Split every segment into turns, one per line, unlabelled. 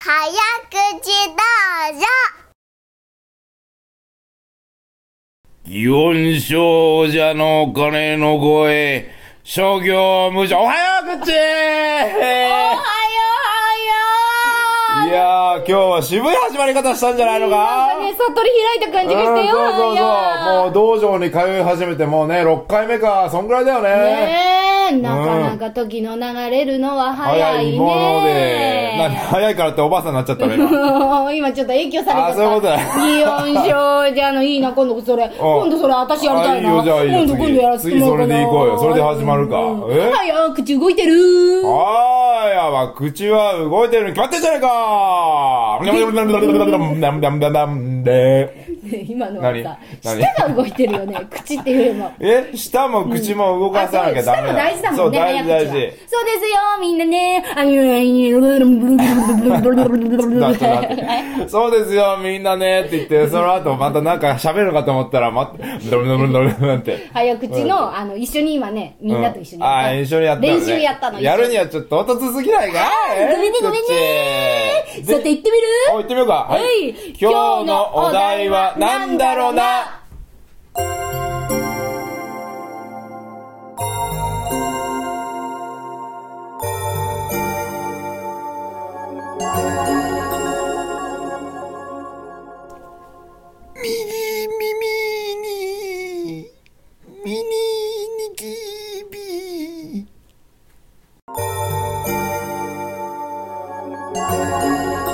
早口道場
四少女の鐘の声、諸行無常、おはよう口い
お
や
はようはよ
ー、今日は渋い始まり方したんじゃないの
なんか
か
ね、悟り開いた感じがしてよ、
うんそうそうそう。もう道場に通い始めてもうね、6回目か、そんぐらいだよね。
ねえ、なかなか時の流れるのは早
早
い
いもので。何
ね。
早いからっておばあさんになっちゃったね、 今。
も う今ちょっと影響されちゃった。
あそういうことだ
祇園少女のいいな、今度それ。今度それ私やりたいな。
あいいよじゃあいいよ
今度
次
今度やらせてもらおうか
次それ
な
で行こうよそれで始まるか
うん
え
早く口動いてる
あーやば、口は動いてるに決まってんじゃねえか
ね 今のはさ、
何
舌が動いてるよね。口っていうよりも。
え舌も口も動かさなきゃダメだ。
あそう舌も大事だ
そ
も
うん
ね。
大事大
早口は
事。
そうですよ、みんなね。あの
だってだ ってそうですよ、みんなねって言って、その後またなんか喋るのかと思ったら、ま、ドルドルドルドルって。
早口の、あの、一緒に今ね、 みんなと一緒に
ああー、一緒にやったの、ね。
練習やったの。
やるに
や。
はちょっと唐突すぎないか
ごめんねごめんね
ね
さて行ってみる
お、行ってみようか。は
はい
今日のお題は何だろうな
右耳にミニニキビ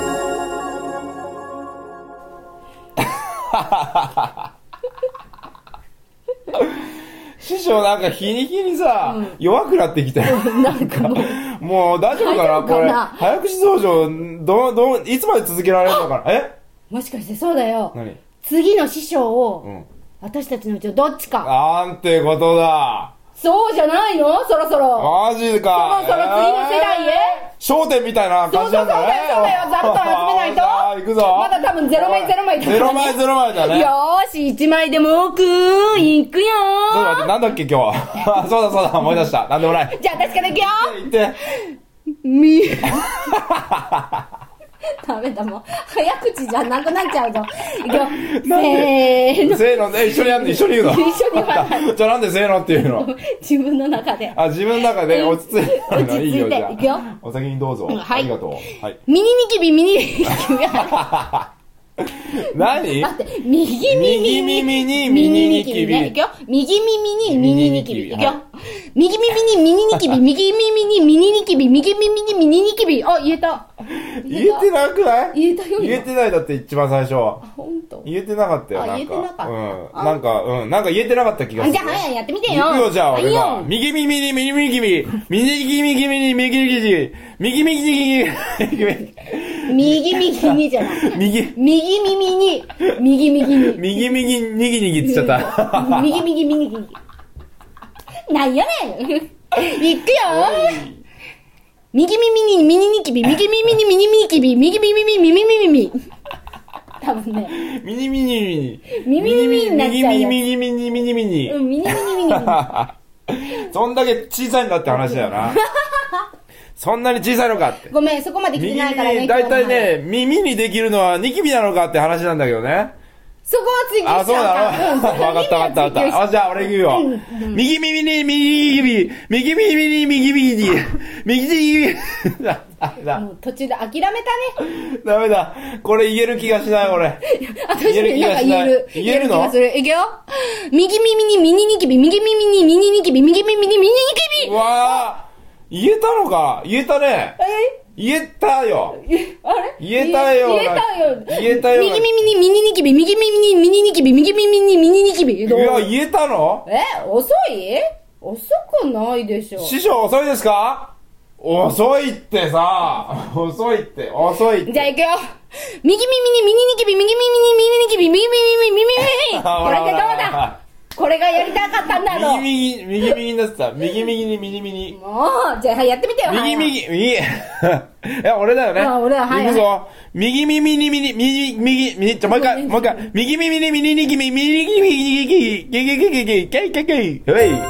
師匠なんか日に日にさ、弱くなってきたよ。
なんかもう、
もう大丈夫かな
大丈夫
こ
か
れ。
な
早口道場、ど、ど、いつまで続けられるのかなえ
もしかしてそうだよ。
何
次の師匠を、
ん
私たちのうちのどっちか。
なんてことだ。
そうじゃないのそろそろ。
マジか。
そろそろ次の世代へ
えー焦点みたいな
そうそ
感
う
じ
そ
な
うだよ、そうん
だ
だ
ね。
よ。座布団集めないと。
さあ 行くぞ。
まだ多分ゼロ枚ゼロ枚だ
ゼロ枚ゼロ枚だね。
よーし、一枚でも多く、いくよ
ちょっと
ー。
待って、なんだっけ今日は。あ そうだそうだ、思い出 した。なんでもない。
じゃあ私からいくよ
行って。
み ダメだもう早口じゃなくなっちゃうぞいくよ
なんで
せーの
せーの、え、一緒にやるの一緒に言うの。
一緒に言わない
い。 じゃあなんでせーのっていう の
自分の中で
あ、自分の中で落ち着いてるの
落ち着いて
いいよ、じゃあ
いくよ
お先にどうぞ。
んはい
ありがとう。はい。
ミニニキビミニニキビ待
何
って右
右
耳に
耳にミ
ミニ
ニニ
ニ
キ
キビ
ビ。
ねいくよ右耳にミニニキビ
ミニニキビ
いくよ
はい
右耳にミニニ キビ右耳にミニニキビ右耳にミニニキビあ言えた
言えてなくない
言えたよ今
言えてないだって一番最初は。
ほんと
言えてなかったよ、
あ
なんか。
言えてなかった
うん。
あ
なんか、うん。なんか言えてなかった気がす
あ
る。
じゃあ早いやってみてよ
行くよ、じゃあ、俺
はい
が
よ。
右耳に右耳に右耳に右耳に右耳に右耳に右耳に右耳に
右右にじゃない
右
右耳に、右右に。
右右にぎにぎって言っちゃった。
右右右右。なんやねんいくよ右耳にミニニキビ、右耳にミニミニキビ、右耳にミミミミミ。多分ね。
ミニミニミニ。
ミニミニになっちゃうよ
右ミニミニミニミニ
う
ミニ。
ん、ミニミニミニミニ。
そんだけ小さいんだって話だよな。そんなに小さいのかって。
ごめん、そこまで来
右
て
に、
ないからね。
だいたい
今日の話。
ね、耳にできるのはニキビなのかって話なんだけどね。
そこは追求しちゃ
あ、
う
そうだ
から。
ろ。わかったわかったわかった。あ、じゃあ俺行くよ。右耳に右耳、右耳に右耳に、右耳に。だ
あ
だ
もう途中で諦めたね。
ダメだ。これ言える気がしない、俺。
私
言える
ね、
気
なん
が
か
しな
言え
い
る。
言えるの
気がする。いくよ。右耳にミニニキビ、右耳にミニニキビ、右耳にミニニキ
う
ビ
わー言えたのか言えたね
え
言えたよ
あれ
言えたよ
言えたよ
言えたよ
右耳にミニニキビ、右耳にミニニキビ、右耳にミニニキビ。
いや、言えたの
え遅い遅くないでしょ。
師匠遅いですか遅いってさ遅いって遅いって
じゃあ行くよ。右耳にミニニキビ、右耳にミニニキビ、右耳にミニニキビ、右耳にミニニキビ。
あ
こ
ほ
れ
ら
でどう
ほら
だこれがやりたかったんだろう。も
右右右右になってた右右に右右
う、じゃあやってみてよ。
右
はい。
右右いや俺だよね
あ俺だはい
行くぞ右耳に右右右右ちょもう一回もう一回右耳に右右右右右右右右右右右けいけいけいほい
右耳に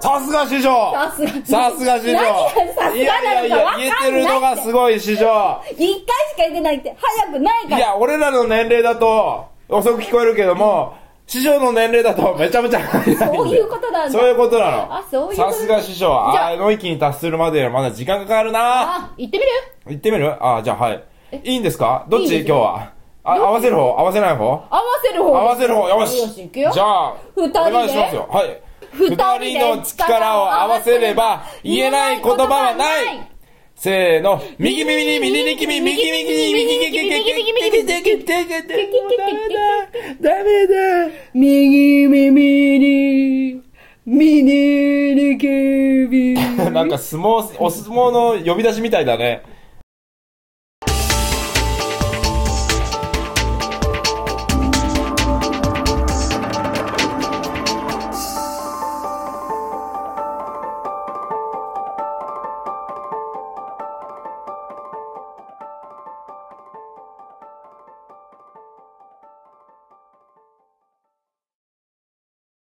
さすが師匠
さすが
さすが師匠
何がさす
いやいや
が
い
なのかわ
や言
かんない
えてるのがすごい師匠
一回しか言ってないって早くない
い
から
や俺らの年齢だと遅く聞こえるけども師匠の年齢だとめちゃめちゃ
そういうことなんだ
そういうことなの
あそういうこと
さすが師匠
じゃあ
あの域に達するまでまだ時間がかかるな
あ行ってみる
行ってみるあじゃあはいいいんですかどっち
いいんです
今
よ
日はあ合わせる方合わせない方
合わせる方
合わせる方よし
行くよ
じゃあ
二人で
お願いしますよはい
二人で
二人の力を合わせれば言えない言葉はないせーの右耳に右に君右耳に右に君右に君右に君右に君ダメだ
右耳にミニニキビ
ダメだなんか相撲お相撲の呼び出しみたいだね